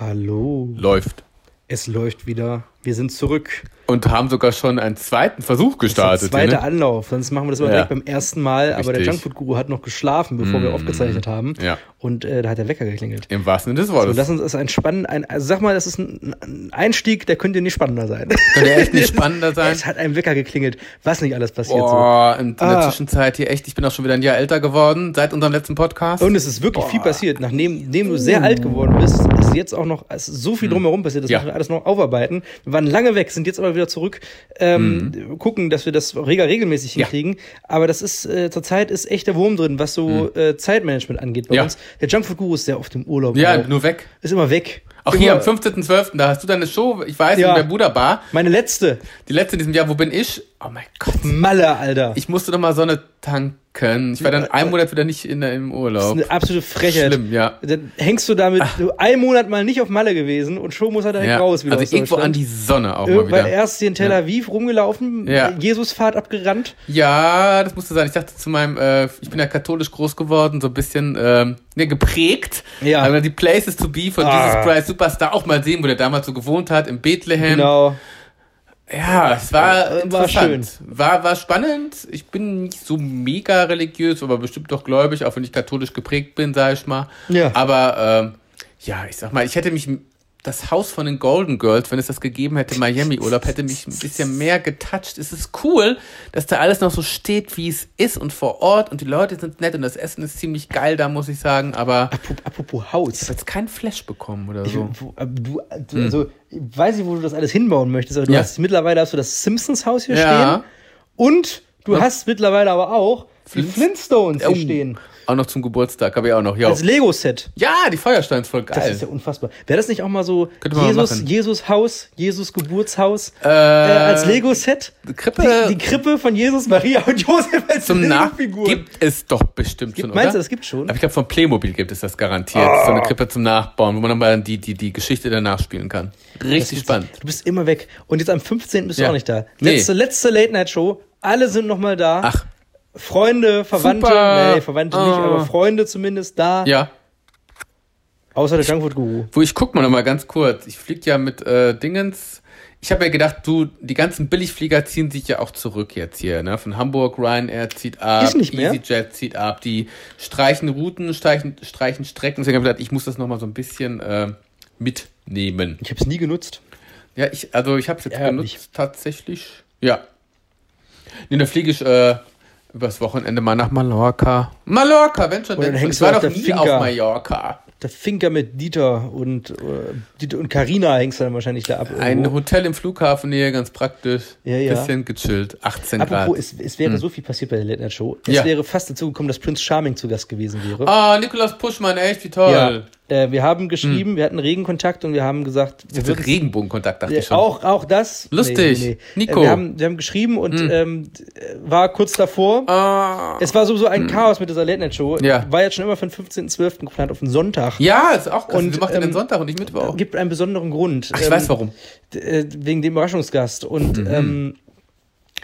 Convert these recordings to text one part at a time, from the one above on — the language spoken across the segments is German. Hallo. Läuft. Es läuft wieder. Wir sind zurück. Und haben sogar schon einen zweiten Versuch gestartet. Das ist der zweite ne? Anlauf. Sonst machen wir das immer Ja. direkt beim ersten Mal. Aber der Richtig. Mm. Junkfood-Guru hat noch geschlafen, bevor wir aufgezeichnet haben. Ja. Oh, Und äh, da hat der Wecker geklingelt. Im wahrsten Sinne des So, Wortes. lass uns das entspannen. Ein, also sag mal, das ist ein, ein Einstieg, der könnte nicht spannender sein. Könnte echt nicht spannender sein. Es hat ein Wecker geklingelt. Was nicht alles passiert Boah, in, in der Ah. Zwischenzeit hier echt, ich bin auch schon wieder ein Jahr älter geworden seit unserem letzten Podcast. so. Und es ist wirklich viel passiert. Nachdem nachdem du sehr alt geworden bist, ist jetzt auch noch es ist so viel drumherum passiert, das Hm. Ja. müssen wir alles noch aufarbeiten. Wir waren lange weg, sind jetzt aber wieder zurück, ähm, gucken, dass wir das rega regelmäßig Hm. Ja. hinkriegen. Aber das ist, äh, zurzeit ist echt der Wurm drin, was so äh, Zeitmanagement angeht bei Hm. Ja. uns. Der Junkfood Guru ist sehr oft im Urlaub. ja, auch. nur weg. ist immer weg. Auch immer, hier am 15.12., da hast du deine Show, ich weiß, Ja. in der Buddha Bar. Meine letzte Die letzte in diesem Jahr, wo bin ich? Oh mein Gott. Malle, Alter. Ich musste noch mal Sonne tanken. Ich war dann einen Monat wieder nicht in, im das Urlaub. ist eine absolute Frechheit. Schlimm, ja. Ah. Dann hängst du damit du einen Monat mal nicht auf Malle gewesen und schon muss er direkt ja. raus wieder aus also irgendwo Deutschland. an die Sonne auch mal Irgendwann wieder. erst hier in Tel Aviv rumgelaufen, Ja. Jesusfahrt abgerannt. Ja, das musste sein. Ich dachte zu meinem, äh, ich bin ja katholisch groß geworden, so ein bisschen ähm, ne, geprägt. Ja. Aber die Places to Be von Ah. Jesus Christ Superstar auch mal sehen, wo der damals so gewohnt hat, in Bethlehem. Genau. Ja, es war War interessant. War, war spannend. Ich bin nicht so mega religiös, aber bestimmt doch gläubig, auch wenn ich katholisch geprägt bin, sag ich mal. Ja. Aber ähm, ja, ich sag mal, ich hätte mich das Haus von den Golden Girls, wenn es das gegeben hätte, Miami Urlaub, hätte mich ein bisschen mehr getoucht. Es ist cool, dass da alles noch so steht, wie es ist und vor Ort und die Leute sind nett und das Essen ist ziemlich geil da, muss ich sagen, aber ich Apropos- Apropos habe Haus. jetzt keinen Flash bekommen oder so. Hm. Wo- aber äh, Du, du, also, ich weiß nicht, wo du das alles hinbauen möchtest, aber du Ja. hast mittlerweile hast du das Simpsons-Haus hier Ja. stehen. Und du hast mittlerweile aber auch die Flintst- Flintstones hier Oh, stehen. Auch noch zum Geburtstag, habe ich auch noch. Ja, Als Lego-Set. ja die Feuersteins voll geil. Das ist ja unfassbar. Wäre das nicht auch mal so Könnte man mal Jesus, machen. Jesus Haus, Jesus Geburtshaus Äh, äh, als Lego-Set? Krippe- Die, die Krippe von Jesus, Maria und Josef als Zum Nachbauen Lego-Figur. gibt es doch bestimmt schon, Meinst du, oder? das gibt schon? Ah. Aber ich glaube, von Playmobil gibt es das garantiert. So eine Krippe zum Nachbauen, wo man dann mal die, die, die Geschichte danach spielen kann. Richtig spannend. Du bist immer weg. Und jetzt am 15. bist du Ja. auch nicht da. Nee. Letzte, letzte Late-Night-Show. Alle sind nochmal da. Ach, Freunde, Verwandte. Super. Nee, Verwandte nicht, Ah. aber Freunde zumindest da. ja. Außer der Junkfood-Guru. Wo ich guck mal noch mal ganz kurz. Ich flieg ja mit äh, Dingens. Ich habe ja gedacht, du, die ganzen Billigflieger ziehen sich ja auch zurück jetzt hier, ne? Von Hamburg, Ryanair zieht ab, Ist nicht mehr. EasyJet zieht ab, die streichen Routen, streichen, streichen Strecken. Deswegen habe ich gedacht, ich muss das nochmal so ein bisschen äh, mitnehmen. Ich habe es nie genutzt. Ja, ich, also ich habe es jetzt Ärgerlich. genutzt, tatsächlich. Ja. Nee, da fliege ich äh, übers Wochenende mal nach Mallorca. Mallorca, wenn schon, Und dann wenn schon. hängst Ich du war auf doch der nie Finca. auf Mallorca. Der Finker mit Dieter und, äh, Dieter und Carina hängst du dann wahrscheinlich da ab. Ein irgendwo. Hotel im Flughafen hier, ganz praktisch. Ja, ja. Bisschen gechillt, 18 Apropos, Grad. Hm. es, es wäre so viel passiert bei der Late Night Show. Es Ja. wäre fast dazu gekommen, dass Prinz Charming zu Gast gewesen wäre. Ah, Nikolaus Puschmann, echt, wie toll. Ja, äh, wir haben geschrieben, Hm. wir hatten regen-Kontakt und wir haben gesagt, wir Also würden Regenbogenkontakt, dachte Ja, ich schon. Auch, auch das. Lustig. Nico. Hm. Äh, Wir haben, wir haben geschrieben und ähm, d- äh, war kurz davor. Ah. Es war sowieso ein Chaos mit dieser Late Night Show. Ja. War jetzt schon immer für den 15.12. geplant auf den Sonntag. Ja, ist auch krass. Und, Und, wir machen ähm, den Sonntag und nicht Mittwoch. Gibt einen besonderen Grund. Ach, ich weiß warum. d- äh, Wegen dem Überraschungsgast. Und Mhm. ähm,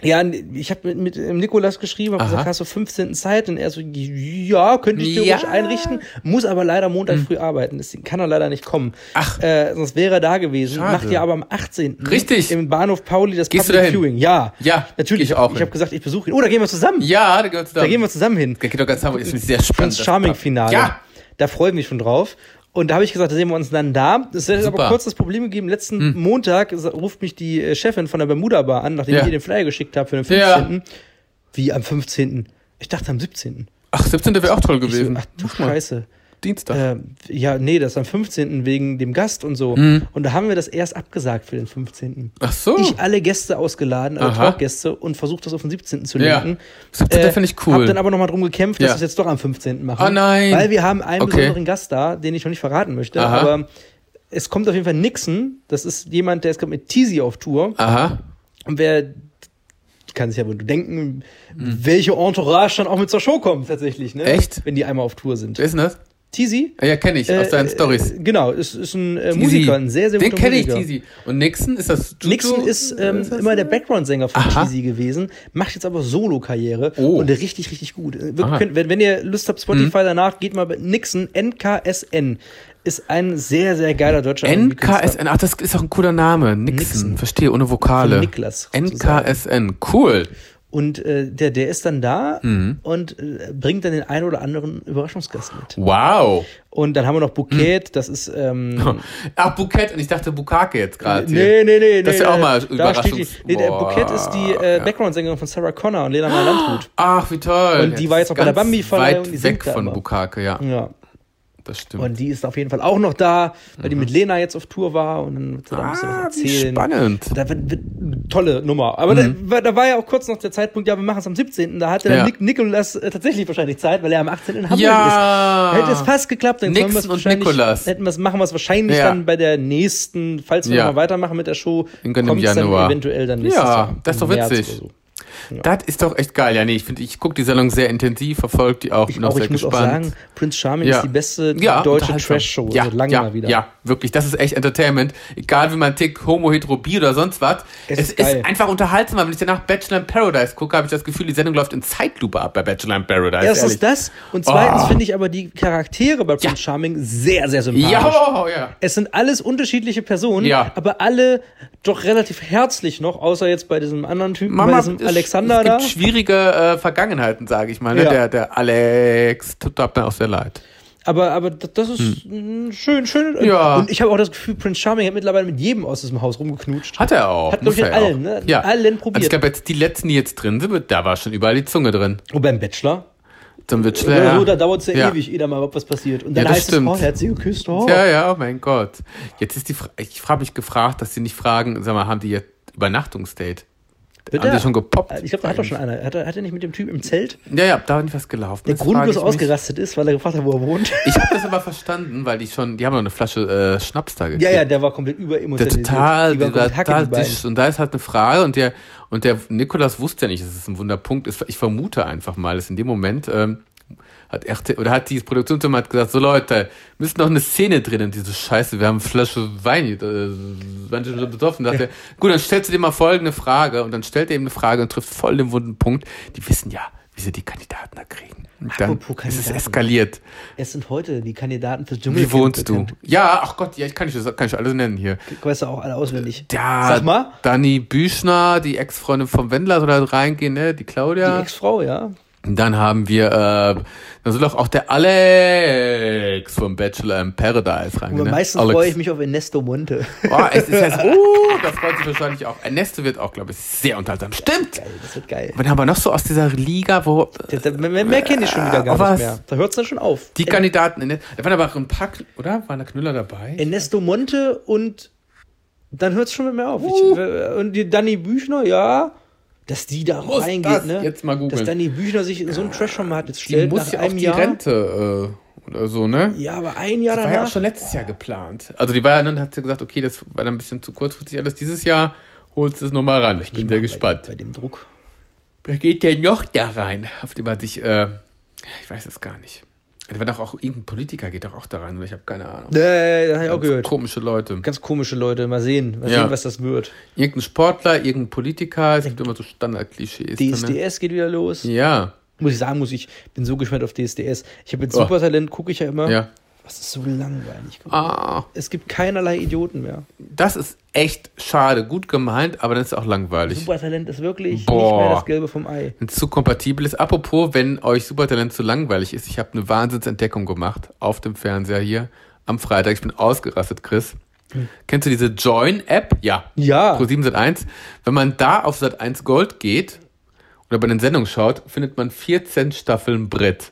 ja, n- ich habe mit, mit ähm, Nikolas geschrieben, habe Aha. gesagt, hast du 15. Zeit? Und er so, ja, könnte ich theoretisch Ja. Mhm. einrichten, muss aber leider Montag früh arbeiten. Deswegen kann er leider nicht kommen. Ach. Äh, sonst wäre er da gewesen. Schade. Macht ja aber am 18. Richtig. Im Bahnhof Pauli das Gehst du Public dahin? Viewing. Ja. Ja, Natürlich. geh ich auch Ich hin. habe gesagt, ich besuche ihn. Oh, da gehen wir zusammen. Ja, da gehen wir zusammen. Da gehen wir zusammen hin. Da geht doch ganz Hamburg. Ist sehr spannend. Prince Charming Finale. Ja. Da freue ich mich schon drauf. Und da habe ich gesagt, da sehen wir uns dann da. Es hat aber Super. Hm. kurz das Problem gegeben. Letzten Montag sa- ruft mich die äh, Chefin von der Bermuda Bar an, nachdem Ja. ich ihr den Flyer geschickt habe für den Ja. 15. Wie am 15. Ich dachte am 17. Ach, 17. wäre auch toll Ich so, gewesen. ach du Guck mal, Scheiße. Dienstag. Äh, ja, nee, das ist am 15. wegen dem Gast und so. Hm. Und da haben wir das erst abgesagt für den 15. Ach so. Ich alle Gäste ausgeladen, alle Uh. Aha. Talkgäste und versucht das auf den 17. zu Ja. lenken. 17. finde ich cool. Äh, Hab dann aber nochmal drum gekämpft, dass Ja. wir es jetzt doch am 15. machen. Oh nein. Weil wir haben einen Okay. besonderen Gast da, den ich noch nicht verraten möchte, Aha. aber es kommt auf jeden Fall Nixon. Das ist jemand, der ist gerade mit Teasy auf Tour. Aha. Und wer kann sich ja wohl denken, welche Entourage dann auch mit zur Show kommt tatsächlich, ne? Hm. Echt? Wenn die einmal auf Tour sind. Wer ist denn das? Ah, Tizi. Ja, kenne ich aus deinen Stories. Genau, ist, ist ein äh, Musiker, ein sehr, sehr Den guter kenne ich, Musiker. Tizi. Und Nixon ist das Juju? Nixon ist ähm, Ist das- immer der Background-Sänger von Aha. Cheesy gewesen, macht jetzt aber Solo-Karriere Oh. und richtig, richtig gut. Äh, Wirklich, Aha. Mhm. könnt, wenn, wenn ihr Lust habt, Spotify danach, geht mal bei Nixon, NKSN, ist ein sehr, sehr geiler deutscher NKSN, ach, das ist auch ein cooler Name. Nixon, verstehe, ohne Vokale. Von Niklas sozusagen. NKSN, cool. Und äh, der, der ist dann da Mhm. und äh, bringt dann den einen oder anderen Überraschungsgast mit. Wow. Und dann haben wir noch Bouquet, Mhm. das ist. Ähm, Ach, Bukett, und ich dachte Bukake jetzt gerade. Nee, nee, nee, Das ist nee, ja auch nee. mal da steht die, Überraschungs- nee, der Boah, Bouquet ist die äh, Background-Sängerin von Sarah Connor und Lena Meyer Landrut. Ach, wie toll. Und die war jetzt noch bei der ganz Bambi-Verleihung, die Weit singt weg da von immer. Bukake, ja, Ja. das stimmt. Und die ist auf jeden Fall auch noch da, weil die mit Lena jetzt auf Tour war und dann wird sie da ein bisschen Mhm. ah, was wie erzählen. spannend. Mhm. Da wird, wird eine tolle Nummer. Aber da, war- da war ja auch kurz noch der Zeitpunkt, ja, wir machen es am 17. Da hatte Ja. dann Nik Nikolas äh, tatsächlich wahrscheinlich Zeit, weil er am 18. in Hamburg Ja. ist. Hätte es fast geklappt, dann Nixon sollen wir's und wahrscheinlich- Nikolas. Hätten wir's, machen wir es wahrscheinlich Ja. dann bei der nächsten, falls wir Ja. nochmal weitermachen mit der Show, Irgendwann im kommt's Januar. dann eventuell dann nächstes Ja, Jahr. das ist doch im März witzig. oder so. Das ist doch echt geil. Ja, nee, ich finde, ich gucke die Sendung sehr intensiv, verfolge die auch, bin auch Auch sehr ich muss gespannt. auch sagen, Prince Charming ist die beste deutsche unterhaltsam. Trash-Show ja, seit langem ja, mal wieder. Ja, wirklich, das ist echt Entertainment. Egal wie man tickt, Homo, Hetero, Bi oder sonst was. Es Es, ist ist, geil. einfach unterhaltsam. Wenn ich danach Bachelor in Paradise gucke, habe ich das Gefühl, die Sendung läuft in Zeitlupe ab bei Bachelor in Paradise. Erstens ehrlich. das und zweitens Oh. finde ich aber die Charaktere bei Prince Ja. Charming sehr, sehr sympathisch. Ja, ja. Es sind alles unterschiedliche Personen, Ja. aber alle doch relativ herzlich noch, außer jetzt bei diesem anderen Typen, bei diesem es- Alexander es gibt da. schwierige äh, Vergangenheiten, sage ich mal. Ne? Ja. Der, der Alex tut ab mir auch sehr leid. Aber, aber d- das ist mm, schön, schön. Hm. Ja. Und ich habe auch das Gefühl, Prince Charming hat mittlerweile mit jedem aus diesem Haus rumgeknutscht. Hat er auch. Hat, glaub Muss ich, er an ja allen, auch. ne? Ja. An allen probiert. Also ich glaube, jetzt die letzten, die jetzt drin sind, da war schon überall die Zunge drin. Und Oh, beim Bachelor. Dann wird schwer. Oder so, da dauert es ja, Ja. ewig, ehe da mal was passiert. Und dann Ja, das heißt stimmt. es, oh, er hat sie geküsst. Oh. Ja, ja, oh mein Gott. Jetzt ist die Frage, ich habe mich gefragt, dass sie nicht fragen, sag mal, haben die jetzt Übernachtungsdate? Bitte? Ah, Haben sie schon gepoppt? Ich glaube, da hat doch schon einer. Hat er, hat er nicht mit dem Typ im Zelt, Ja, ja, da war nicht was gelaufen. der Jetzt frage grundlos ich mich- ausgerastet ist, weil er gefragt hat, wo er wohnt? Ich habe das aber verstanden, weil die schon, die haben noch eine Flasche äh, Schnaps da gekriegt. Ja, ja, der war komplett Der überemotionalisiert. total, Die waren der war komplett Hacke, total die beiden. dicht. Und da ist halt eine Frage und der, und der Nikolas wusste ja nicht, dass es ein Wunderpunkt ist. Ich vermute einfach mal, dass in dem Moment, ähm, hat RT, oder hat die Produktionsfirma hat gesagt, so Leute, müssen noch eine Szene drehen und diese Scheiße, wir haben eine Flasche Wein, hier, äh, waren schon so besoffen. Da Dachte, er, gut, dann stellst du dir mal folgende Frage und dann stellt er ihm eine Frage und trifft voll den wunden Punkt. Die wissen ja, wie sie die Kandidaten da kriegen. Und dann Apropos ist es Kandidaten. eskaliert. Es sind heute die Kandidaten fürs Wie Dschungel. wohnst du? Ja, ach Gott, ja, ich kann ich, das kann ich alles nennen hier. Weißt du auch alle auswendig. Ja, Sag mal, Dani Büchner, die Ex-Freundin vom Wendler soll da reingehen, ne? die Die Claudia. Ex-Frau, ja. Und dann haben wir, äh, dann soll doch auch der Alex vom Bachelor in Paradise reingehen. Aber Ne? meistens Alex. freue ich mich auf Ernesto Monte. Oh, es ist ja so, oh, das freut sich wahrscheinlich auch. Ernesto wird auch, glaube ich, sehr unterhaltsam. Stimmt! Geil, das wird geil. Wen haben wir noch so aus dieser Liga, wo äh, Das, das, mehr mehr kenne ich schon wieder gar Aber nicht was- mehr. Da hört es dann schon auf. die En- Kandidaten, in der, da waren aber auch ein paar, Kn- oder? Waren da Knüller dabei? Ernesto Monte und dann hört es schon mit mir auf. Uh. Ich, äh, und die Dani Büchner, ja. Dass die da Muss reingeht, das ne? jetzt mal googeln. Dass Dani Büchner sich in so ein Trash-Format jetzt die stellt muss äh, nach ja auch einem die Jahr. Rente äh, oder so, ne? Ja, aber ein Jahr Das war ja danach. auch schon letztes Jahr geplant. Also die war ja, dann hat sie gesagt, okay, das war dann ein bisschen zu kurzfristig alles dieses Jahr. Holst du es nochmal ran. Ich bin sehr Bei gespannt. dem Druck. Wer geht denn noch da rein? Auf den man sich, äh, ich weiß es gar nicht. Da war doch auch irgendein Politiker geht doch auch da rein, aber ich habe keine Ahnung. Äh, das habe ich auch gehört. Komische Leute. Ganz komische Leute. Mal sehen, mal Ja. sehen, was das wird. Irgendein Sportler, irgendein Politiker, es gibt immer so Standardklischees. ne? DSDS geht wieder los. Ja, Muss ich sagen, muss ich bin so gespannt auf DSDS. Ich habe jetzt Oh. Supertalent, gucke ich ja immer. ja. Was ist so langweilig geworden? Ah, Es gibt keinerlei Idioten mehr. das ist echt schade. Gut gemeint, aber das ist auch langweilig. Supertalent ist wirklich nicht Boah. mehr das Gelbe vom Ei. Wenn es zu kompatibel ist. Apropos, wenn euch Supertalent zu langweilig ist, ich habe eine Wahnsinnsentdeckung gemacht auf dem Fernseher hier am Freitag. Ich bin ausgerastet, Chris. Kennst du diese Join-App? Ja. Hm. Ja. Pro7 Sat1. Wenn man da auf Sat1 Gold geht oder bei den Sendungen schaut, findet man 14 Staffeln Brit.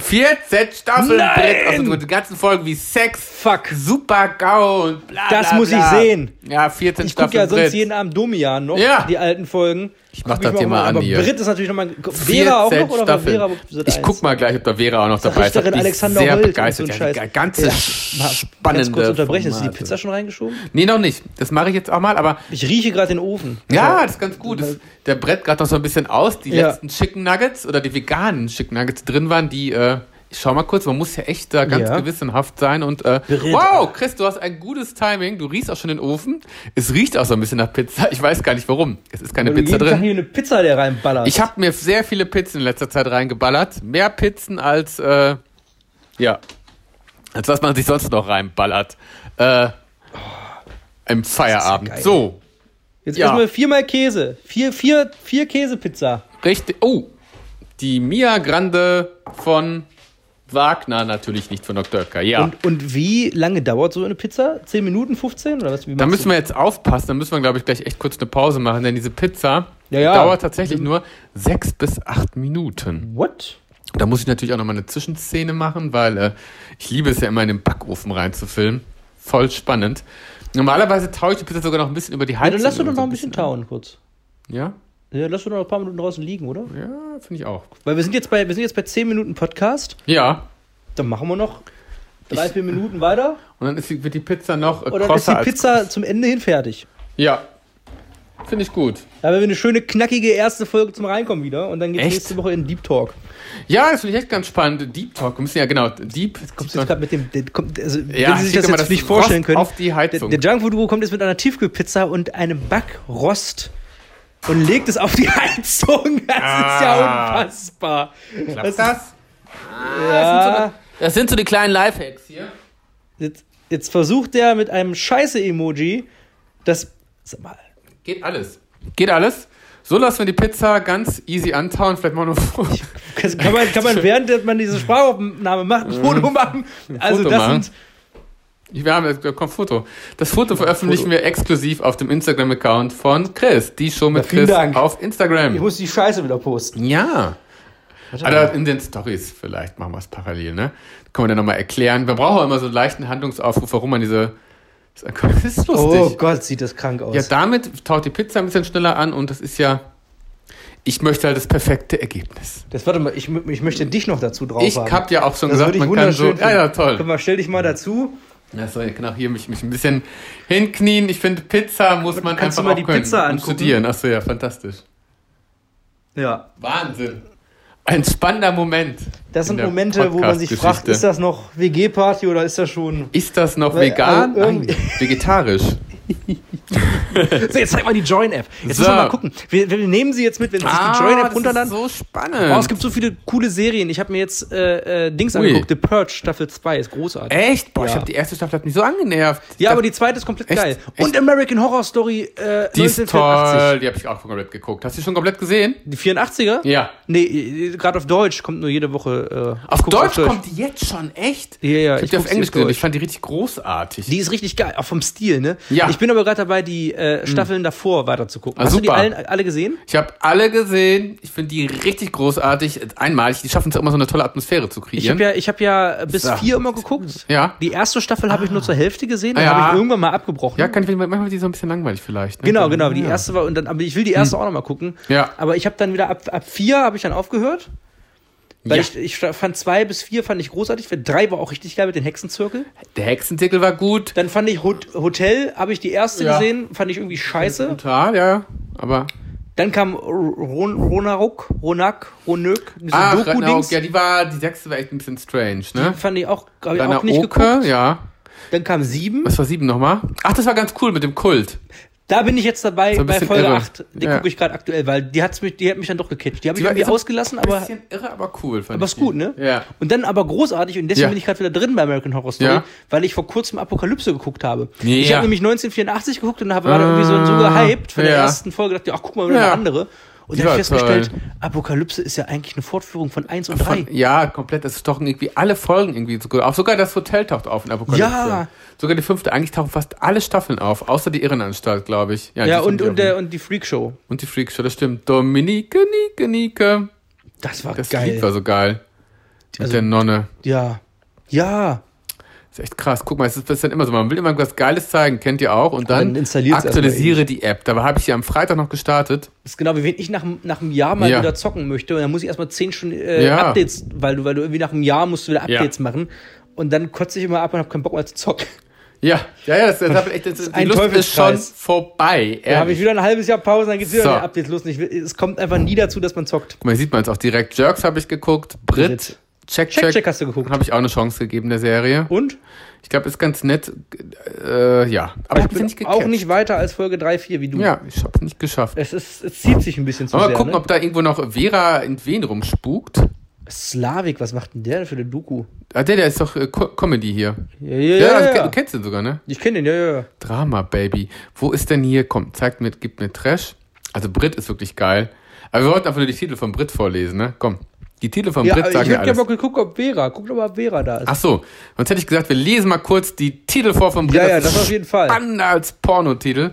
14 Staffeln Ah! Nein! Brit. Also mit den ganzen Folgen wie Sex, Fuck. Super GAU und bla. Das bla, muss ich bla. sehen. Ja, 14 Ich gucke Staffeln ja sonst Brit. jeden Abend Domian noch, Ja. die alten Folgen. Ich mach das hier mal an Aber hier. Brit ist natürlich nochmal. Vera auch noch 14 oder war Vera Staffeln. Sat. Ich guck mal gleich, ob da Vera auch noch dabei ist. Richterin Die ist Alexander sehr Holt und begeistert. so ein ja, die Scheiß. ganze Ja, mal spannende Ganz kurz unterbrechen. Ist die Formate. Pizza schon reingeschoben? Nee, noch nicht. Das mache ich jetzt auch mal, aber Ich rieche gerade den Ofen. ja, Also, das ist ganz gut. Das, der Brett gerade noch so ein bisschen aus. Die Ja. letzten Chicken Nuggets oder die veganen Chicken Nuggets die drin waren, die äh, Ich schau mal kurz, man muss ja echt da ganz Ja. gewissenhaft sein und äh, Berät- wow, Chris, du hast ein gutes Timing. Du riechst auch schon den Ofen. Es riecht auch so ein bisschen nach Pizza. Ich weiß gar nicht warum. Es ist keine Wenn du Pizza jeden Tag drin. hier eine Pizza der reinballerst. Ich habe mir sehr viele Pizzen in letzter Zeit reingeballert. Mehr Pizzen als, äh, ja, als was man sich sonst noch reinballert. Äh, Im Feierabend. geil. so, Jetzt ja. erstmal viermal Käse. Vier, vier, vier Käsepizza. richtig. Oh, die Mia Grande von Wagner natürlich nicht von Dr. Oetker. Ja. Und, und wie lange dauert so eine Pizza? 10 Minuten, 15? Oder was? Wie Da machst müssen wir jetzt aufpassen, da müssen wir, glaube ich, gleich echt kurz eine Pause machen, denn diese Pizza Ja, ja. Mhm. dauert tatsächlich nur sechs bis acht Minuten. du? What? Da muss ich natürlich auch nochmal eine Zwischenszene machen, weil äh, ich liebe es ja immer in den Backofen reinzufilmen. Voll spannend. Normalerweise taue ich die Pizza sogar noch ein bisschen über die Ja, Heizung. dann lass doch und noch so mal ein bisschen tauen kurz. Ja, Ja, lass doch noch ein paar Minuten draußen liegen, oder? ja, finde ich auch. Weil wir sind jetzt bei, wir sind jetzt bei 10 Minuten Podcast. Ja. Dann machen wir noch drei, Ich- vier Minuten weiter. Und dann ist die, wird die Pizza noch äh, Und dann ist krosser die Pizza zum Ende hin fertig. als. Ja. Finde ich gut. Da haben wir eine schöne, knackige erste Folge zum Reinkommen wieder. Und dann geht's Echt? nächste Woche in Deep Talk. Ja, das finde ich echt ganz spannend. Deep Talk. Wir müssen ja genau. Deep. Kommst du jetzt gerade mit dem. Der, kommt, also, Ja, wenn Sie sich steht das immer jetzt das nicht Rost vorstellen können. auf die Heizung. Der, der Junkfood Guru kommt jetzt mit einer Tiefkühlpizza und einem Backrost und legt es auf die Heizung. Das ist ja Ah. unfassbar. Klappt das? ah, das? Ja, Das sind so die kleinen Lifehacks hier. jetzt, jetzt versucht der mit einem Scheiße-Emoji das. Sag mal. Geht alles. Geht alles. So lassen wir die Pizza ganz easy antauen. Vielleicht mal nur Kann, kann, man, kann man während man diese Sprachaufnahme macht, ein Foto machen? Also, Mhm. Foto das machen. sind. Wir haben, da kommt Foto. Das Foto veröffentlichen wir exklusiv auf dem Instagram-Account von Chris. Die Show mit Ja, vielen Chris Dank. auf Instagram. Ich muss die Scheiße wieder posten. Ja. Warte Oder in den Stories vielleicht machen wir es parallel, ne? Können wir dann nochmal erklären. Wir brauchen auch immer so einen leichten Handlungsaufruf, warum man diese. Das ist lustig. Oh Gott, sieht das krank aus. Ja, damit taut die Pizza ein bisschen schneller an und das ist ja. Ich möchte halt das perfekte Ergebnis. Das, warte mal, ich, mö- ich möchte dich noch dazu drauf Ich haben. hab ja auch schon das gesagt, würde ich man kann so. wunderschön Ja, ja, toll. Guck mal, stell dich mal dazu. Ja, sorry, ich kann auch hier mich, mich ein bisschen hinknien. Ich finde, Pizza muss man Kannst du einfach mal auch die können Pizza und angucken? studieren. Achso, ja, fantastisch. Ja. Wahnsinn. Ein spannender Moment. Das in sind der Momente, wo man sich fragt, Podcast-Geschichte. ist das noch WG-Party oder ist das schon. Ist das noch Weil, vegan? also irgendwie- Nein, vegetarisch. So, jetzt zeig mal die Join-App. Jetzt So. Ah, müssen wir mal gucken. Wir, wir nehmen sie jetzt mit, wenn sie sich die Join-App das ist runterladen. so spannend. Oh, es gibt so viele coole Serien. Ich habe mir jetzt äh, äh, Dings Ui. angeguckt. The Purge Staffel 2 ist großartig. Echt? Boah, ich Ja. habe die erste Staffel hat mich so angenervt. Ich ja, dachte, aber die zweite ist komplett Echt? geil. Und American Horror Story äh, die ist 1984. toll. Die habe ich auch komplett geguckt. Hast du die schon komplett gesehen? Die 84er? Ja. Nee, äh, gerade auf Deutsch kommt nur jede Woche. Äh, Auf guck's Deutsch, kommt die jetzt schon, echt? Ja, ja, Ich habe ich die auf guck sie Englisch auf gesehen. Deutsch. Ich fand die richtig großartig. Die ist richtig geil, auch vom Stil, ne? Ja. Hm. Ich bin aber gerade dabei, die äh, Staffeln davor weiter zu gucken. Ah, Hast du die super. allen, alle gesehen? Ich habe alle gesehen. Ich finde die richtig großartig. Einmalig. Die schaffen es immer so eine tolle Atmosphäre zu Ich kreieren. habe ja, ich hab ja bis So. vier immer geguckt. ja. Die erste Staffel habe ich nur zur Hälfte gesehen, dann Ah, ja. habe ich irgendwann mal abgebrochen. Ja, kann ich manchmal wird die so ein bisschen langweilig vielleicht. Ne? Genau, genau. Die Ja. Hm. erste war und dann, aber ich will die erste auch noch mal gucken. Ja. Aber ich habe dann wieder ab, ab vier habe ich dann aufgehört. Weil Ja. ich, ich fand zwei bis vier fand ich großartig. Drei war auch richtig geil mit den Hexenzirkel. Der Hexentickel war gut. Dann fand ich Hot Hotel, habe ich die erste Ja. gesehen, fand ich irgendwie scheiße. Total, ja. Aber. Dann kam Ron Ronarok, Ronak, Ronök, diese Ah, Doku-Dings. Ragnarok, ja, die war, die sechste war echt ein bisschen strange, ne? Fand ich auch, hab ich Deiner auch nicht Oke, geguckt. ja. Dann kam sieben. Was war sieben nochmal? Ach, das war ganz cool mit dem Kult. Da bin ich jetzt dabei So ein bei bisschen Folge irre. acht. Die Ja. gucke ich gerade aktuell, weil die, hat's mich, die hat mich dann doch gecatcht. Die habe ich war- irgendwie ist so ausgelassen, aber. bisschen irre, aber cool, fand Aber ich. ist die. gut, ne? Ja. Und dann aber großartig, und deswegen Ja. bin ich gerade wieder drin bei American Horror Story, Ja. weil ich vor kurzem Apokalypse geguckt habe. Ja. Ich habe nämlich 1984 geguckt und habe war dann irgendwie so, so Ah, gehypt von der ja. ersten Folge, dachte, ach, guck mal, wieder Ja. eine andere. Und dann war habe ich festgestellt, toll. Apokalypse ist ja eigentlich eine Fortführung von eins und drei. Von, ja, komplett. Das ist doch irgendwie alle Folgen irgendwie so gut. Auch sogar das Hotel taucht auf in Apokalypse. Ja. Sogar die fünfte. Eigentlich tauchen fast alle Staffeln auf, außer die Irrenanstalt, glaube ich. Ja, die und, fünfte und, der, und die Freakshow. und die Freakshow, das stimmt. Dominike, Nike, Nike. Das war Das geil. Lied war so geil. Mit Also- der Nonne. Ja. Ja. Ist echt krass. Guck mal, es ist das ist dann immer so. Man will immer was Geiles zeigen, kennt ihr auch. Und dann, dann installiert's aktualisiere die App. Da habe ich sie am Freitag noch gestartet. Das ist genau wie wenn ich nach, nach einem Jahr mal Ja. wieder zocken möchte. Und dann muss ich erstmal 10 Stunden äh, Ja. Updates, weil du, weil du irgendwie nach einem Jahr musst du wieder Ja. Updates machen. Und dann kotze ich immer ab und habe keinen Bock mehr zu zocken. Ja, ja, ja. Das, das, das, das, die ein Lust ist schon Teufelskreis. vorbei. Da habe ich Ehrlich. wieder ein halbes Jahr Pause, dann geht's wieder So. mit den Updates los. Und Ich will, es kommt einfach nie dazu, dass man zockt. Guck mal, hier sieht man es auch direkt. Jerks habe ich geguckt. Brit. Check, Check, check. check, hast du geguckt. Habe ich auch eine Chance gegeben der Serie. Und? Ich glaube, ist ganz nett. Äh, ja. Aber ich habe sie nicht gecatcht. auch nicht weiter als Folge 3, 4 wie du. Ja, ich habe es nicht geschafft. Es, ist, es zieht sich ein bisschen zu Mal sehr. gucken, ne? ob da irgendwo noch Vera in Wen rumspukt. Slavik, was macht denn der denn für eine Doku? Ah, der, der ist doch äh, Co Comedy hier. Ja, ja, Ja, ja. das- ja, Du kennst den sogar, ne? Ich kenne den, ja, ja, ja. Drama, Baby. Wo ist denn hier? Komm, zeig mir, gib mir Trash. Also Brit ist wirklich geil. Aber wir wollten einfach nur die Titel von Brit vorlesen, ne? Komm. Die Titel von ja Brit ich sagen hätte ja ja alles. mal geguckt, ob Vera, guckt ob mal Vera da ist. Ach so, sonst hätte ich gesagt, wir lesen mal kurz die Titel vor von Brit. ja, ja, ist das auf jeden Fall. Spannender als Pornotitel.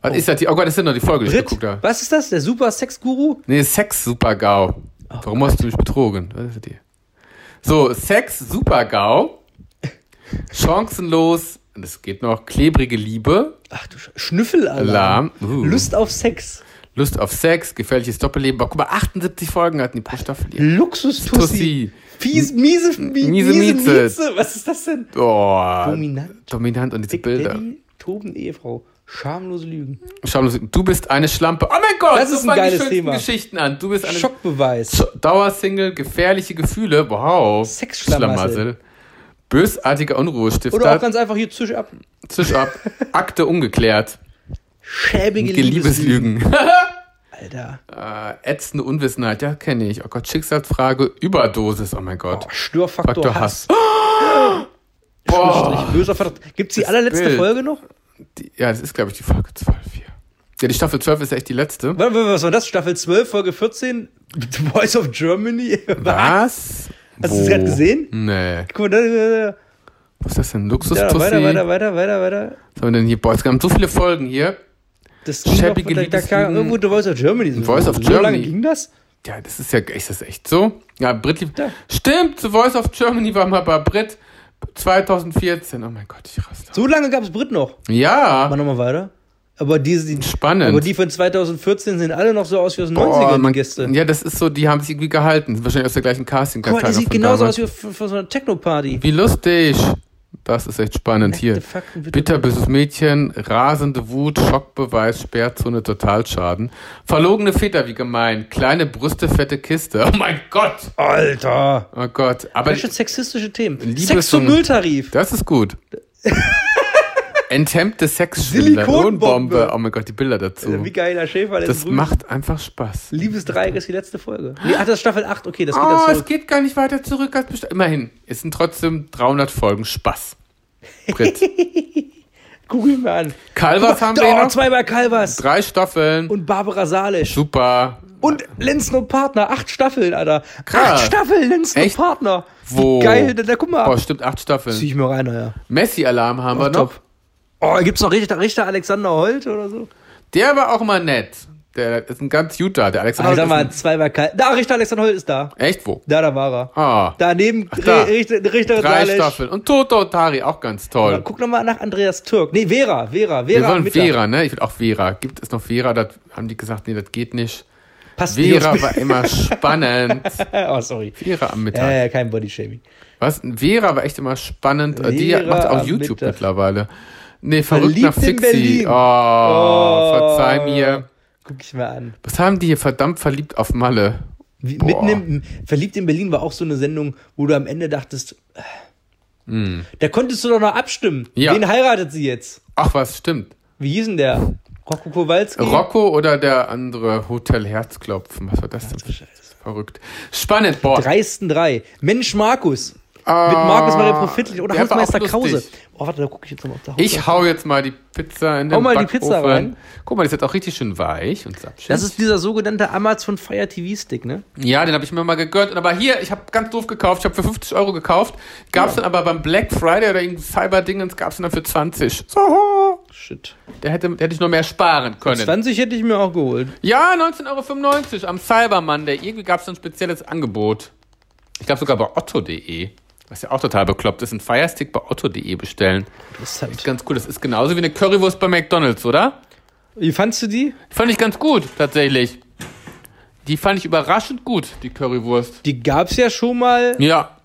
Was ist das? hier? Oh Gott, das sind doch die Folge, die ich Brit, geguckt habe. was ist das? Der super Sex-Guru? Nee, Sex Supergau. Oh Warum hast du mich betrogen? Was ist das hier? So, Sex Supergau. Chancenlos. Das geht noch. Klebrige Liebe. Ach du Sch Schnüffelalarm. Alarm. Uh. Lust auf Sex. Lust auf Sex, gefährliches Doppelleben. Aber guck mal, 78 Folgen hatten die pro Staffel. Hm. hier. Luxus-Tussi. Tussi. Fies, miese, mi Miese miese, Mieze. Mieze. Was ist das denn? Oh, Dominant. dominant und diese Dick Bilder. Daddy, Toben Ehefrau. Schamlose Lügen. Schau, du bist eine Schlampe. Oh mein Gott, Das ist guck ein mal die geiles schönsten Thema. Geschichten an. Du bist eine Schockbeweis. Sch- Dauersingle, gefährliche Gefühle. Wow. Sexschlamassel. Schlamassel. Bösartiger Unruhestifter. Oder auch ganz einfach hier zisch ab. Zisch ab. Akte ungeklärt. Schäbige Liebeslügen. Liebeslügen. Alter. äh, ätzende Unwissenheit. Ja, kenne ich. Oh Gott, Schicksalsfrage. Überdosis. Oh mein Gott. Störfaktor Faktor Hass. Hass. Boah. Schlussstrich, Böser Verdacht. Gibt's die allerletzte Bild. Folge noch? Die, ja, das ist, glaube ich, die Folge 12 hier. Ja, die Staffel 12 ist echt die letzte. Warte, warte, Was war das? Staffel 12, Folge 14? The Voice of Germany? Was? Hast du Wo? es gerade gesehen? Nee. Guck mal, da, da, da. Was ist das denn? Luxus Ja, Tussi? weiter, weiter, weiter, weiter, weiter. Was haben wir denn hier? Boah, es haben so viele Folgen hier. Das ging doch, Schäbige da, da kam Liebeslügen. irgendwo The Voice of Germany. So, Voice of so lange Germany. ging das? Ja, das ist ja, ist das echt so? Ja, Brit lief. Ja. Stimmt, The Voice of Germany war mal bei Brit 2014. Oh mein Gott, ich raste. So lange gab's Brit noch. Ja, Mach nochmal weiter. Aber die, sind- spannend. aber die von 2014 sehen alle noch so aus wie aus den 90ern, die Gäste. ja, das ist so, die haben sich irgendwie gehalten. Sind wahrscheinlich aus der gleichen casting Guck mal, die sieht genauso aus wie von, von so einer Techno-Party. Wie lustig. Das ist echt spannend hier. Nackte Fakten wird- Bitterböses Mädchen, rasende Wut, Schockbeweis, Sperrzone, Totalschaden. Verlogene Väter, wie gemein. Kleine Brüste, fette Kiste. Oh mein Gott. Alter. Oh Gott. Aber Ganz schön sexistische Themen. Liebes- Sex zum Nulltarif. Das ist gut. Enthemmte Sexschwindler. Silikonbombe. Lohnbombe. Oh mein Gott, die Bilder dazu. Wie geiler Schäfer. der Das drüben- macht einfach Spaß. Liebesdreieck ist die letzte Folge. Nee, ach, das ist Staffel 8. Okay, das geht Oh, oh, es dazu. geht gar nicht weiter zurück als bestimmt. Immerhin, es sind trotzdem 300 Folgen Spaß. Brit. Google mir an. Calvas haben wir hier Oh, noch. zweimal Calvas. Drei Staffeln. Und Barbara Salisch. Super. Und Lenzno Partner. Acht Staffeln, Alter. Krass. Acht Staffeln, Lenzno Echt? Partner. Wo? Wie geil. Da, da guck mal. Boah, stimmt, acht Zieh Staffeln. ich mir rein, ja. Messi-Alarm haben wir noch. Oh, gibt's noch Richter, Richter Alexander Holt oder so? Der war auch immer nett. Der ist ein ganz guter. Der Alexander. Alter, ist Also, mal ein- zweimal Calvas. Da, Richter Alexander Holt ist da. Echt wo? Da, da war er. Ah. Daneben da. Re- Richter, Richter Drei Salisch. Oh, Staffeln. Und Toto Tari, auch ganz toll. Guck nochmal nach Andreas Türk. Nee, Vera, Vera, Vera. Wir am wollen Mittag. Vera, ne? Ich will auch Vera. Gibt es noch Vera? Da haben die gesagt, nee, das geht nicht. Passt Vera nicht. war immer spannend. oh, sorry. Vera am Mittag. Äh, kein Bodyshaming. Was? Vera war echt immer spannend. Äh, die Vera macht auch am YouTube Mittag. mittlerweile. Nee, verrückt Verliebt nach in Fixi. Berlin. Oh. Oh, verzeih mir. Guck ich mal an. Was haben die hier verdammt verliebt auf Malle? Wie, Boah. mitten im, Verliebt in Berlin war auch so eine Sendung, wo du am Ende dachtest, äh, da konntest du doch noch abstimmen. Mm. Ja. Wen heiratet sie jetzt? Ach was, stimmt. Wie hieß denn der? Rocco Kowalski? Rocco oder der andere Hotel Herzklopfen? Was war das denn? Verrückt. Spannend, boah. Dreisten drei. Mensch Markus. Mit Ah, Markus Maria Profitlich oder der war Hausmeister auch lustig. Krause. Oh, warte, da gucke ich jetzt nochmal auf der Ich Hausmeister- hau jetzt mal die Pizza in den Hau mal die Backofen. Pizza rein. Guck mal, die ist jetzt auch richtig schön weich und sapschig. Das ist dieser sogenannte Amazon Fire TV Stick, ne? ja, den habe ich mir mal gegönnt. Und Aber hier, ich habe ganz doof gekauft. Ich habe für 50 Euro gekauft. Gab's dann aber beim Black Friday oder irgendein Cyber-Dingens, gab's dann für 20. So, Shit. der hätte, der hätte ich noch mehr sparen können. 20 hätte ich mir auch geholt. Ja, 19,95 Euro am Cyber Monday. Irgendwie gab's dann ein spezielles Angebot. Ich glaube sogar bei otto.de. Was ja auch total bekloppt ist. Ein Firestick bei otto.de bestellen. Interessant. Ganz cool. Das ist genauso wie eine Currywurst bei McDonalds, oder? Wie fandst du die? Fand ich ganz gut, tatsächlich. Die fand ich überraschend gut, die Currywurst. Die gab's ja schon mal. Ja.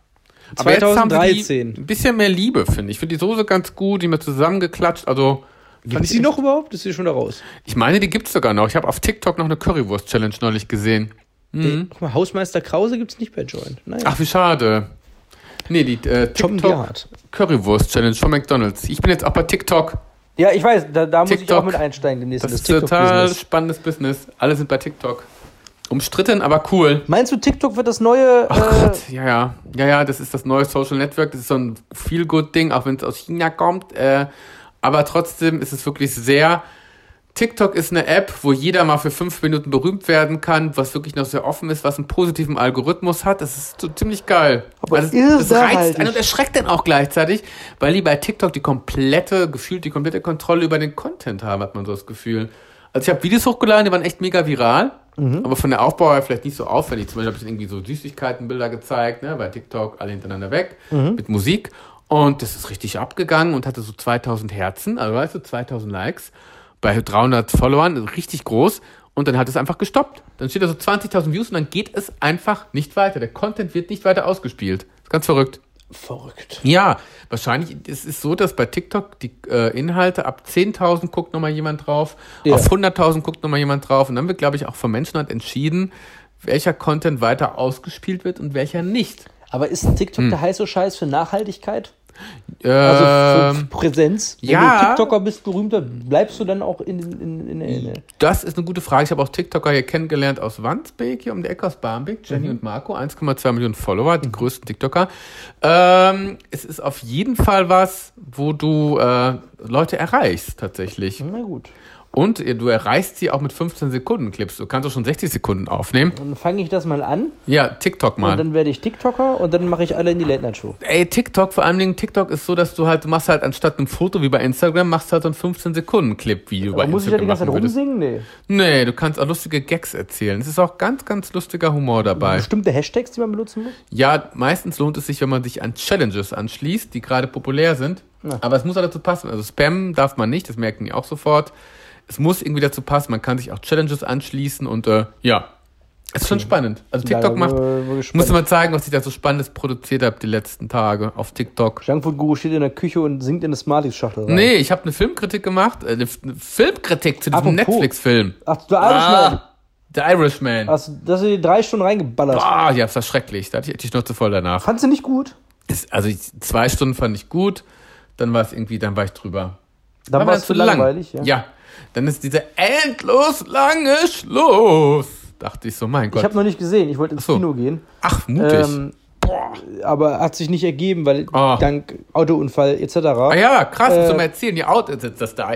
Aber jetzt haben sie 2013. Die ein bisschen mehr Liebe, finde ich. Ich finde die Soße ganz gut, die mal zusammengeklatscht. Also, fand Gibt's ich, die noch überhaupt? Ist die schon da raus? ich meine, die gibt's sogar noch. Ich habe auf TikTok noch eine Currywurst-Challenge neulich gesehen. Mhm. guck mal, Hausmeister Krause gibt es nicht bei Joint. Naja. Ach, wie schade. Nee, die äh, Tom TikTok Gerhardt. Currywurst Challenge von McDonalds. Ich bin jetzt auch bei TikTok. Ja, ich weiß, da, da muss ich TikTok. auch mit einsteigen demnächst. Das, in ist total TikTok-Business. spannendes Business. Alle sind bei TikTok. Umstritten, aber cool. Meinst du, TikTok wird das neue. Ach äh, Gott, ja, ja. Ja, ja, das ist das neue Social Network. Das ist so ein Feel-Good-Ding, auch wenn es aus China kommt. Äh, aber trotzdem ist es wirklich sehr. TikTok ist eine App, wo jeder mal für fünf Minuten berühmt werden kann, was wirklich noch sehr offen ist, was einen positiven Algorithmus hat. Das ist so ziemlich geil. Aber halt Weil das, das irrsinnig. reizt einen und erschreckt dann auch gleichzeitig, weil die bei TikTok die komplette, gefühlt die komplette Kontrolle über den Content haben, hat man so das Gefühl. Also ich habe Videos hochgeladen, die waren echt mega viral, aber von der Aufbau her vielleicht nicht so aufwendig. Zum Beispiel habe ich irgendwie so Süßigkeitenbilder gezeigt, ne, bei TikTok alle hintereinander weg mit Musik. Und das ist richtig abgegangen und hatte so 2000 Herzen, also weißt du, 2000 Likes bei 300 Followern, also richtig groß. Und dann hat es einfach gestoppt. Dann steht da so 20.000 Views und dann geht es einfach nicht weiter. Der Content wird nicht weiter ausgespielt. Ist ganz verrückt. verrückt. Ja, wahrscheinlich es ist so, dass bei TikTok die äh, Inhalte ab 10.000 guckt nochmal jemand drauf, Ja. auf 100.000 guckt nochmal jemand drauf und dann wird, glaube ich, auch von Menschenhand entschieden, welcher Content weiter ausgespielt wird und welcher nicht. Aber ist TikTok Hm. der heiße Scheiß für Nachhaltigkeit? Ähm, Also für Präsenz? Wenn ja. du TikToker bist, berühmter, bleibst du dann auch in, in, in, in, in Das ist eine gute Frage. Ich habe auch TikToker hier kennengelernt aus Wandsbek, hier um die Ecke aus Barmbek, Mhm. Jenny und Marco, 1,2 Millionen Follower, die größten TikToker. Ähm, es ist auf jeden Fall was, wo du äh, Leute erreichst tatsächlich. Na gut. Und äh, du erreichst sie auch mit 15 Sekunden Clips. Du kannst auch schon 60 Sekunden aufnehmen. Dann fange ich das mal an Ja, TikTok und mal. dann werde ich TikToker und dann mache ich alle in die Late Night Show. Ey, TikTok, vor allen Dingen TikTok ist so, dass du halt, du machst halt anstatt einem Foto wie bei Instagram, machst du halt so ein 15 Sekunden Clip, wie du bei Aber muss ich ja die Instagram ganze Zeit machen würdest. rumsingen? Nee. Nee, du kannst auch lustige Gags erzählen. Es ist auch ganz, ganz lustiger Humor dabei. Bestimmte Hashtags, die man benutzen muss? Ja, meistens lohnt es sich, wenn man sich an Challenges anschließt, die gerade populär sind. Aber es muss auch dazu passen. Also Spam darf man nicht, das merken die auch sofort. Es muss irgendwie dazu passen. Man kann sich auch Challenges anschließen und äh, ja, es ist schon spannend. Also TikTok Ja, macht. wir- wir Ich muss dir gespannt. mal zeigen, was ich da so Spannendes produziert habe die letzten Tage auf TikTok. Junkfood Guru steht in der Küche und singt in eine Smarties-Schachtel rein. Nee, ich habe eine Filmkritik gemacht, äh, eine F- eine Filmkritik zu diesem Apropos. Netflix-Film. Ach, du Irishman. Ah, The Irishman. Hast du das in die drei Stunden reingeballert? Ah, ja, das war schrecklich. Da hatte ich echt die Schnauze voll danach. Fandst du nicht gut? Ist- also ich, zwei Stunden fand ich gut, dann war es irgendwie, dann war ich drüber. Dann war war es zu langweilig, ja. ja. Dann ist dieser endlos lange Schluss. Dachte ich so, mein Ich Gott. habe noch nicht gesehen. Ich wollte ins so. Kino gehen. Ach, mutig. Ähm, aber hat sich nicht ergeben, weil Ah. dank Autounfall etc. ah ja, krass, äh, zum Erzählen. Die Auto ist jetzt das da.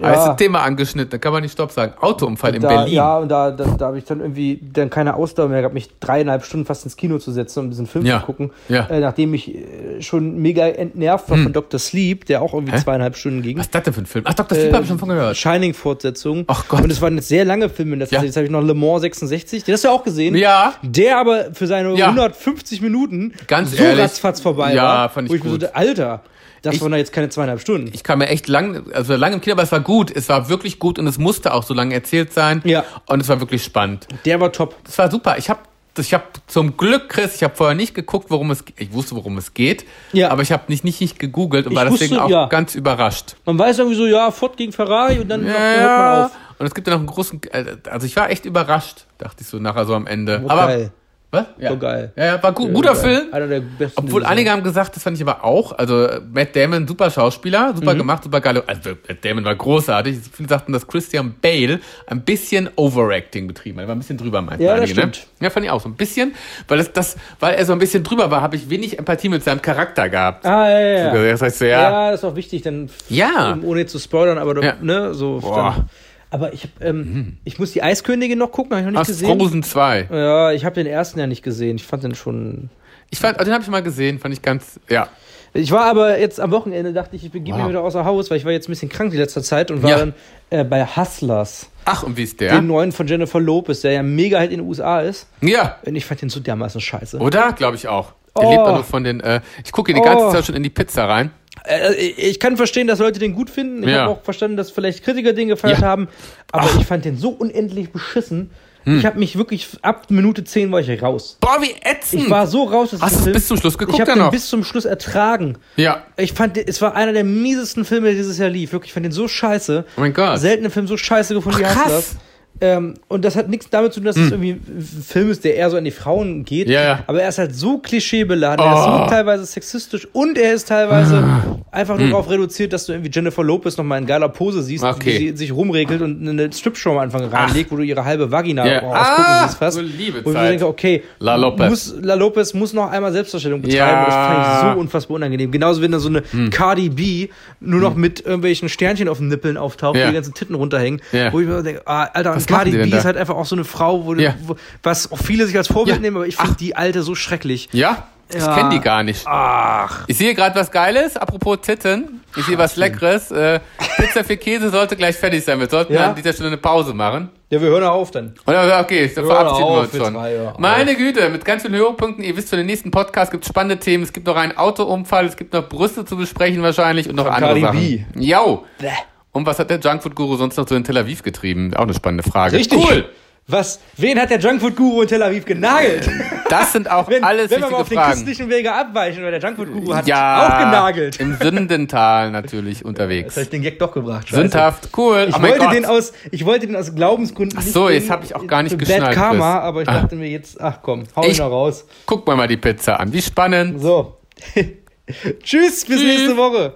Da ist das Thema angeschnitten, da kann man nicht Stopp sagen. Autounfall in da, Berlin. Ja, und da, da, da habe ich dann irgendwie dann keine Ausdauer mehr gehabt, mich dreieinhalb Stunden fast ins Kino zu setzen, um diesen Film Ja, zu gucken. ja. Hm. Äh, nachdem ich äh, schon mega entnervt war von Dr. Sleep, der auch irgendwie zweieinhalb Stunden ging. Was ist das denn für ein Film? Ach, Dr. Ähm, Sleep habe ich schon von gehört. Äh, Shining-Fortsetzung. Ach Gott. Und es waren jetzt sehr lange Filme. Das Ja. Jetzt habe ich noch Le Mans 66. Den hast du ja auch gesehen. Ja. Der aber für seine Ja. 150 Minuten Ganz so ehrlich. ratzfatz vorbei Ja, war. fand ich wo ich mir so, gut. dachte, Alter, das Ich- waren da jetzt keine zweieinhalb Stunden. Ich kam mir echt lang, also lang im Kino, aber es war gut. Es war wirklich gut und es musste auch so lange erzählt sein. Ja. Und es war wirklich spannend. Der war top. Das war super. Ich habe ich hab zum Glück, Chris, ich habe vorher nicht geguckt, worum es Ich wusste, worum es geht, Ja. aber ich habe nicht, nicht, nicht gegoogelt und Ich war deswegen wusste, auch ja. ganz überrascht. Man weiß irgendwie so, ja, Ford gegen Ferrari und dann hört man auf. Und es gibt ja noch einen großen. äh, Also ich war echt überrascht, dachte ich so nachher so am Ende. War aber geil. was? Ja. War geil. Ja, ja, war gut, guter Geil. Film. Einer der besten. Obwohl die einige haben gesagt, das fand ich aber auch. Also äh, Matt Damon, super Schauspieler, Mhm. super gemacht, super geil. Also Matt Damon war großartig. Viele sagten, dass Christian Bale ein bisschen Overacting betrieben hat. Er war ein bisschen drüber, meinten Ja, das einige. stimmt. Ne? Ja, fand ich auch so ein bisschen, weil das, das, weil er so ein bisschen drüber war, habe ich wenig Empathie mit seinem Charakter gehabt. Ah, ja, ja, ja. Das heißt so, ja, Ja, das ist auch wichtig, dann Ja. um, ohne jetzt zu spoilern, aber doch, Ja. ne, so. Boah. Mhm. Dann, aber ich hab, ähm, ich muss die Eiskönigin noch gucken, habe ich noch nicht aus gesehen. Frozen 2. Ja, ich habe den ersten ja nicht gesehen. Ich fand den schon. Ich fand, oh, den habe ich mal gesehen, fand ich ganz, ja. Ich war aber jetzt am Wochenende, dachte ich, ich begebe Wow. mich wieder außer Haus, weil ich war jetzt ein bisschen krank die letzte Zeit und war Ja. dann äh, bei Hustlers, Ach, und wie ist der? den neuen von Jennifer Lopez, der ja mega halt in den USA ist. ja. Und ich fand den so dermaßen scheiße. Oder? Glaube ich auch. Der Oh. lebt doch nur von den, äh, ich gucke hier die ganze Oh. Zeit schon in die Pizza rein. Äh, ich kann verstehen, dass Leute den gut finden. Ich Ja. habe auch verstanden, dass vielleicht Kritiker den gefeiert Ja. haben. Aber ich fand den so unendlich beschissen. Hm. Ich habe mich wirklich ab Minute 10 war ich raus. Boah, wie ätzend! Ich war so raus. dass Hm. Hast ich du den bis zum Schluss geguckt Ich habe dann den noch? bis zum Schluss ertragen. ja. Ich fand, den- es war einer der miesesten Filme, der dieses Jahr lief. Wirklich, ich fand den so scheiße. Oh mein Gott. Seltene Film so scheiße gefunden Ach, wie krass. Hm. Hustlers. Ähm, und das hat nichts damit zu tun, dass es irgendwie ein Film ist, der eher so an die Frauen geht. Ja, ja. Aber er ist halt so klischeebeladen, er ist Oh. Ah. so teilweise sexistisch und er ist teilweise einfach Hm. nur darauf reduziert, dass du irgendwie Jennifer Lopez nochmal in geiler Pose siehst, Ah, Okay. Ah. wie sie sich rumregelt und eine Stripshow am Anfang reinlegt, wo du ihre halbe Vagina Ja. yeah. ausgucken Ah, siehst fast. so liebe und ich Zeit. denke, okay, La Lopez. Muss, La Lopez muss noch einmal Selbstdarstellung betreiben. Ja. Und Das fand ich so unfassbar unangenehm. Genauso wenn da so eine Hm. Cardi B nur noch mit irgendwelchen Sternchen auf den Nippeln auftaucht, Ja. die die ganzen Titten runterhängen, Ja. wo ich mir denke, ah, Alter, Was und machen Cardi die denn B da? ist halt einfach auch so eine Frau, wo, du- Ja. wo was auch viele sich als Vorbild Ja. nehmen, aber ich finde die alte so schrecklich. Ja, ich Ja. kenne die gar nicht. Ach, Ich sehe gerade was Geiles, apropos Titten. Ich sehe was Leckeres. Äh, Pizza für Käse sollte gleich fertig sein. Wir sollten Ja. an dieser Stelle eine Pause machen. ja, wir hören auf dann. Oder okay, dann Hör verabschieden auf, wir jetzt uns schon. mal, hör auf. Meine Güte, mit ganz vielen Höhepunkten. Ihr wisst, für den nächsten Podcast gibt es spannende Themen. Es gibt noch einen Autounfall, es gibt noch Brüste zu besprechen wahrscheinlich und noch andere Cardi Sachen. Jau. Und was hat der Junkfood-Guru sonst noch so in Tel Aviv getrieben? Auch eine spannende Frage. Richtig. Cool. Was, wen hat der Junkfood-Guru in Tel Aviv genagelt? Das sind auch Wenn, alles wenn wir wichtige mal auf den Fragen. christlichen Wege abweichen, weil der Junkfood-Guru hat ja, auch genagelt. Im Sündental Jetzt natürlich habe unterwegs. ich den Gag doch gebracht. scheiße. Sündhaft, cool. Ich, oh mein wollte Gott. den aus, ich wollte den aus Glaubensgründen Ach so, nicht jetzt bringen, hab ich auch gar nicht für geschnallt, Bad Karma, Chris. aber ich Ah. dachte mir jetzt, ach komm, hau Ich- ihn noch raus. Guck mal mal die Pizza an. Wie spannend. So. Tschüss, bis Tschüss. nächste Woche.